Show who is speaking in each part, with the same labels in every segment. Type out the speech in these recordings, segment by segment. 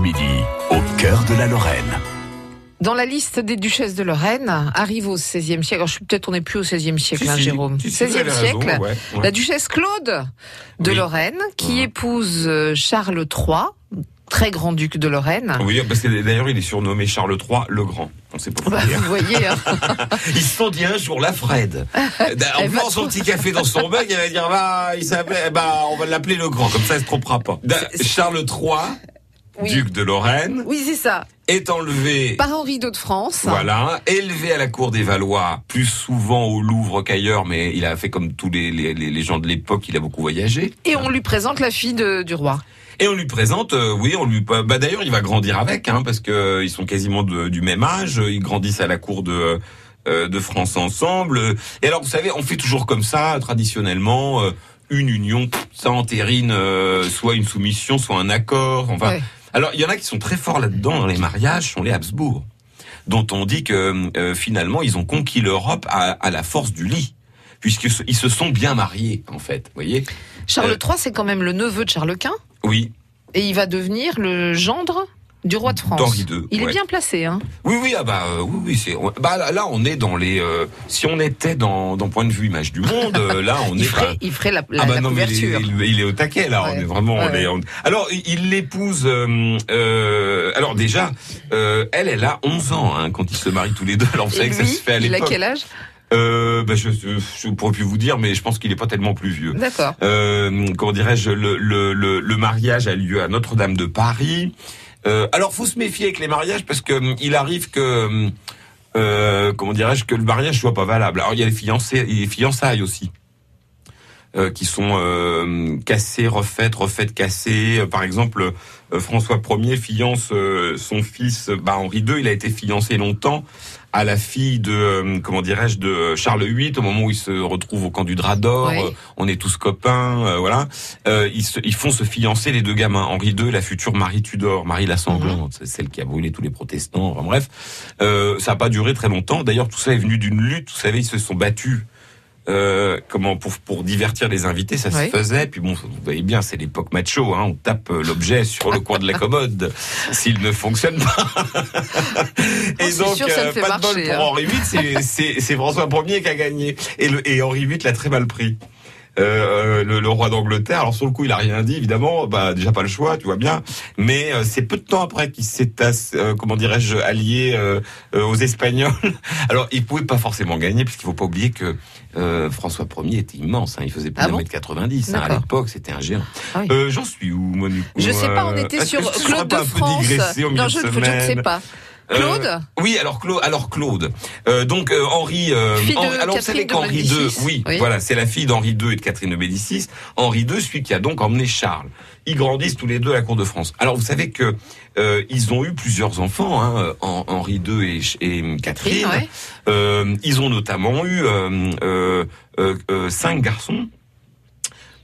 Speaker 1: midi, au cœur de la Lorraine.
Speaker 2: Dans la liste des duchesses de Lorraine, arrive au XVIe siècle. Alors, je suis peut-être, on n'est plus au XVIe siècle,
Speaker 3: Si,
Speaker 2: hein,
Speaker 3: si.
Speaker 2: Jérôme.
Speaker 3: Si, si, vous
Speaker 2: XVIe
Speaker 3: avez raison,
Speaker 2: siècle, Bah,
Speaker 3: ouais, ouais.
Speaker 2: la duchesse Claude de
Speaker 3: Oui.
Speaker 2: Lorraine, qui
Speaker 3: Mhm.
Speaker 2: épouse euh, Charles III, très grand duc de Lorraine.
Speaker 3: Oui, parce que d'ailleurs, il est surnommé Charles III le Grand. On sait pas
Speaker 2: Bah,
Speaker 3: pourquoi.
Speaker 2: vous voyez, hein.
Speaker 3: Ils se sont dit un jour la Fred. Bah, En
Speaker 2: Elle va
Speaker 3: buvant son petit café dans son bain, il va dire bah, il s'appelle- bah, on va l'appeler le Grand, comme ça il se trompera pas. Da- Charles III,
Speaker 2: Oui.
Speaker 3: duc de Lorraine,
Speaker 2: oui, c'est ça.
Speaker 3: est enlevé.
Speaker 2: Par Henri II de France.
Speaker 3: Voilà, élevé à la cour des Valois, plus souvent au Louvre qu'ailleurs, mais il a fait comme tous les, les, les- les gens de l'époque, il a beaucoup voyagé.
Speaker 2: Et on lui présente la fille de- du roi.
Speaker 3: Et on lui présente, euh, oui, on lui, bah d'ailleurs, il va grandir avec, hein, parce que euh, ils sont quasiment de- du même âge. Ils grandissent à la cour de euh, de France ensemble. Et alors, vous savez, on fait toujours comme ça, traditionnellement. euh, une union, pff, ça entérine euh, soit une soumission, soit un accord. Enfin,
Speaker 2: Ouais.
Speaker 3: alors il y en a qui sont très forts là-dedans dans les mariages, sont les Habsbourg, dont on dit que euh, finalement ils ont conquis l'Europe à, à la force du lit, puisque se- ils se sont bien mariés en fait. Vous voyez
Speaker 2: Charles
Speaker 3: Euh.
Speaker 2: III, c'est quand même le neveu de Charles Quint.
Speaker 3: Oui,
Speaker 2: Et il va devenir le gendre du roi de France.
Speaker 3: D'Henri II,
Speaker 2: Il est
Speaker 3: ouais.
Speaker 2: bien placé, hein.
Speaker 3: Oui, oui, ah bah, euh, oui, oui, c'est. on- Bah, là, là, on est dans les. euh, si on était dans, dans point de vue image du monde, euh, là, on
Speaker 2: Il
Speaker 3: est.
Speaker 2: ferait,
Speaker 3: bah,
Speaker 2: il ferait la, la-
Speaker 3: ah bah
Speaker 2: la
Speaker 3: non, mais il est,
Speaker 2: couverture.
Speaker 3: il est- il est au taquet là.
Speaker 2: Ouais.
Speaker 3: On est vraiment. on
Speaker 2: Ouais.
Speaker 3: est- on- Alors, il- il l'épouse. euh, euh, alors déjà, euh, elle, elle a 11 ans hein, quand ils se marient tous les deux. Alors vous
Speaker 2: Et
Speaker 3: savez que ça
Speaker 2: lui,
Speaker 3: se fait à
Speaker 2: il a
Speaker 3: l'époque.
Speaker 2: quel âge
Speaker 3: Euh, bah, je, je, je pourrais plus vous dire, mais je pense qu'il est pas tellement plus vieux
Speaker 2: D'accord.
Speaker 3: euh, comment dirais-je, le, le, le, le mariage a lieu à Notre-Dame de Paris. Euh, alors, faut se méfier avec les mariages parce que hum, il arrive que, hum, euh, comment dirais-je, que le mariage soit pas valable. Alors, il y a les fiancés, les fiançailles aussi. euh, qui sont euh, cassées, refaites, refaites, cassées. Euh, Par exemple, euh, François Ier fiance euh, son fils, euh, bah, Henri II. Il a été fiancé longtemps à la fille de, euh, comment dirais-je, de Charles VIII au moment où il se retrouve au camp du Drap d'Or.
Speaker 2: Ouais.
Speaker 3: Euh, on est tous copains, euh, voilà. Euh, ils, se- ils font se fiancer les deux gamins. Henri II, la future Marie Tudor, Marie la sanglante, c'est celle qui a brûlé tous les protestants. Enfin, bref, Euh, ça n'a pas duré très longtemps. D'ailleurs, tout ça est venu d'une lutte. Vous savez, ils se sont battus. euh, comment pour pour divertir les invités ça
Speaker 2: Ouais.
Speaker 3: se faisait puis bon vous voyez bien c'est l'époque macho hein, on tape euh, l'objet sur le coin de la commode s'il ne fonctionne pas
Speaker 2: Je
Speaker 3: et
Speaker 2: suis
Speaker 3: donc euh,
Speaker 2: sûre que ça le fait
Speaker 3: pas de bol
Speaker 2: marcher,
Speaker 3: pour
Speaker 2: hein.
Speaker 3: Henri VIII c'est- c'est c'est François Ier qui a gagné et le, et Henri VIII l'a très mal pris euh, le, le roi d'Angleterre. Alors sur le coup, il a rien dit, évidemment. Bah déjà pas le choix, tu vois bien. Mais euh, c'est peu de temps après qu'il s'est, ass- euh, comment dirais-je, allié euh, euh, aux Espagnols. Alors il pouvait pas forcément gagner, puisqu'il faut pas oublier que euh, François Ier était immense. Hein, il faisait plus
Speaker 2: Ah
Speaker 3: d'un
Speaker 2: bon
Speaker 3: mètre 90 hein, à
Speaker 2: D'accord.
Speaker 3: l'époque. C'était un géant.
Speaker 2: Ah oui.
Speaker 3: Euh, J'en suis où, Monique
Speaker 2: Je sais pas, on
Speaker 3: Euh,
Speaker 2: était
Speaker 3: est-ce
Speaker 2: sur
Speaker 3: que tu saurais
Speaker 2: Claude
Speaker 3: pas
Speaker 2: de
Speaker 3: un peu
Speaker 2: France.
Speaker 3: digresser au milieu
Speaker 2: Non,
Speaker 3: de
Speaker 2: je, ne- je ne sais
Speaker 3: semaine
Speaker 2: pas. Claude
Speaker 3: Euh, Oui, alors Claude, alors Claude. Euh, donc euh, Henri, euh,
Speaker 2: Fille de
Speaker 3: Henri- alors vous savez
Speaker 2: Catherine de
Speaker 3: qu'Henri II,
Speaker 2: Médicis.
Speaker 3: oui,
Speaker 2: Oui.
Speaker 3: voilà, c'est la fille d'Henri II et de Catherine de Médicis. Henri II, celui qui a donc emmené Charles. Ils grandissent tous les deux à la cour de France. Alors vous savez que euh, ils ont eu plusieurs enfants, hein, Hen- Henri II et, Ch- et Catherine.
Speaker 2: Ouais.
Speaker 3: Euh, ils ont notamment eu euh, euh, euh, euh, cinq garçons.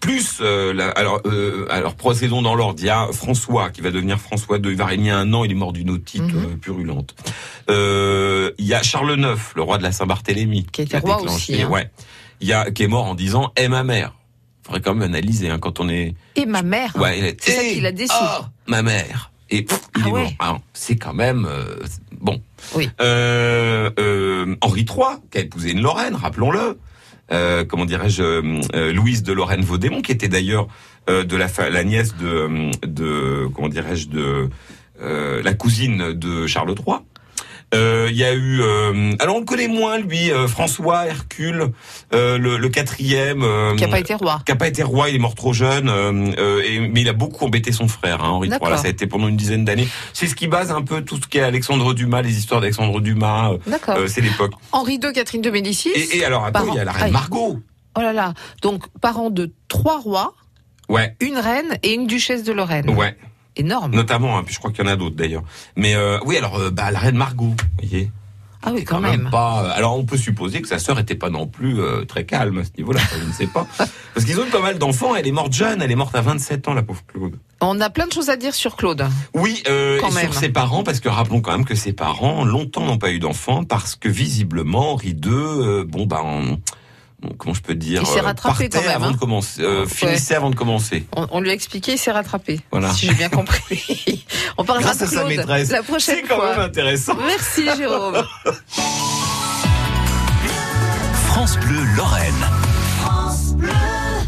Speaker 3: Plus, euh, la- alors, euh, alors procédons dans l'ordre. Il y a François qui va devenir François II. Il va régner un an. Il est mort d'une otite
Speaker 2: Mhm.
Speaker 3: euh, purulente. Euh, Il y a Charles IX, le roi de la Saint-Barthélemy,
Speaker 2: Qui était
Speaker 3: a
Speaker 2: roi
Speaker 3: déclenché-
Speaker 2: aussi, hein.
Speaker 3: Ouais. Il y a qui est mort en disant "Aime ma mère". Faudrait quand même analyser hein, quand on est.
Speaker 2: Et ma mère. hein.
Speaker 3: Ouais, il est-
Speaker 2: C'est ça
Speaker 3: Eh,
Speaker 2: qui l'a déçu.
Speaker 3: ah, ma mère. Et pff, il
Speaker 2: Ah
Speaker 3: est mort.
Speaker 2: ouais.
Speaker 3: Ah, c'est quand même euh, bon.
Speaker 2: Oui.
Speaker 3: Euh, euh, Henri III, qui a épousé une Lorraine, rappelons-le. Euh, comment dirais-je, euh, euh, Louise de Lorraine Vaudémont, qui était d'ailleurs euh, de la, fa- la nièce de, euh, de comment dirais-je, de euh, la cousine de Charles III. Euh, Il y a eu, euh, alors on le connaît moins lui, euh, François Hercule, euh, le, le quatrième, euh,
Speaker 2: Qui n'a pas été roi.
Speaker 3: qui a pas été roi, il est mort trop jeune, euh, euh, et- mais il a beaucoup embêté son frère, hein, Henri III.
Speaker 2: D'accord.
Speaker 3: Voilà, ça a été pendant une dizaine d'années. C'est ce qui base un peu tout ce qu'est Alexandre Dumas, les histoires d'Alexandre Dumas. euh,
Speaker 2: D'accord.
Speaker 3: euh, c'est l'époque.
Speaker 2: Henri II, Catherine de Médicis.
Speaker 3: Et, et alors, attends,
Speaker 2: Parent-
Speaker 3: il y a la reine
Speaker 2: Aïe.
Speaker 3: Margot.
Speaker 2: Oh là là. Donc, parents de trois rois,
Speaker 3: Ouais,
Speaker 2: une reine et une duchesse de Lorraine.
Speaker 3: ouais,
Speaker 2: Énorme.
Speaker 3: notamment, hein, puis je crois qu'il y en a d'autres d'ailleurs. Mais euh, oui, alors, euh, bah, la reine Margot, vous voyez.
Speaker 2: ah oui, quand,
Speaker 3: Quand
Speaker 2: même.
Speaker 3: même pas. euh, Alors, on peut supposer que sa sœur était pas non plus euh, très calme à ce niveau-là, je ne sais pas. Parce qu'ils ont pas mal d'enfants, elle est morte jeune, elle est morte à 27 ans, la pauvre Claude.
Speaker 2: On a plein de choses à dire sur Claude.
Speaker 3: Oui, euh,
Speaker 2: Quand
Speaker 3: et
Speaker 2: même.
Speaker 3: sur ses parents, parce que rappelons quand même que ses parents longtemps n'ont pas eu d'enfants parce que visiblement Henri II, euh, bon ben, on- comment je peux dire,
Speaker 2: Il s'est
Speaker 3: euh,
Speaker 2: rattrapé
Speaker 3: partait
Speaker 2: quand même,
Speaker 3: avant
Speaker 2: hein.
Speaker 3: de commencer, euh,
Speaker 2: Ouais.
Speaker 3: finissait avant de commencer.
Speaker 2: On, on lui a expliqué, il s'est rattrapé.
Speaker 3: Voilà.
Speaker 2: Si j'ai bien compris. on parlera
Speaker 3: Grâce
Speaker 2: de
Speaker 3: à sa
Speaker 2: Claude
Speaker 3: maîtresse.
Speaker 2: la
Speaker 3: C'est
Speaker 2: prochaine
Speaker 3: quand même
Speaker 2: fois.
Speaker 3: intéressant.
Speaker 2: Merci Jérôme.
Speaker 1: France Bleu Lorraine.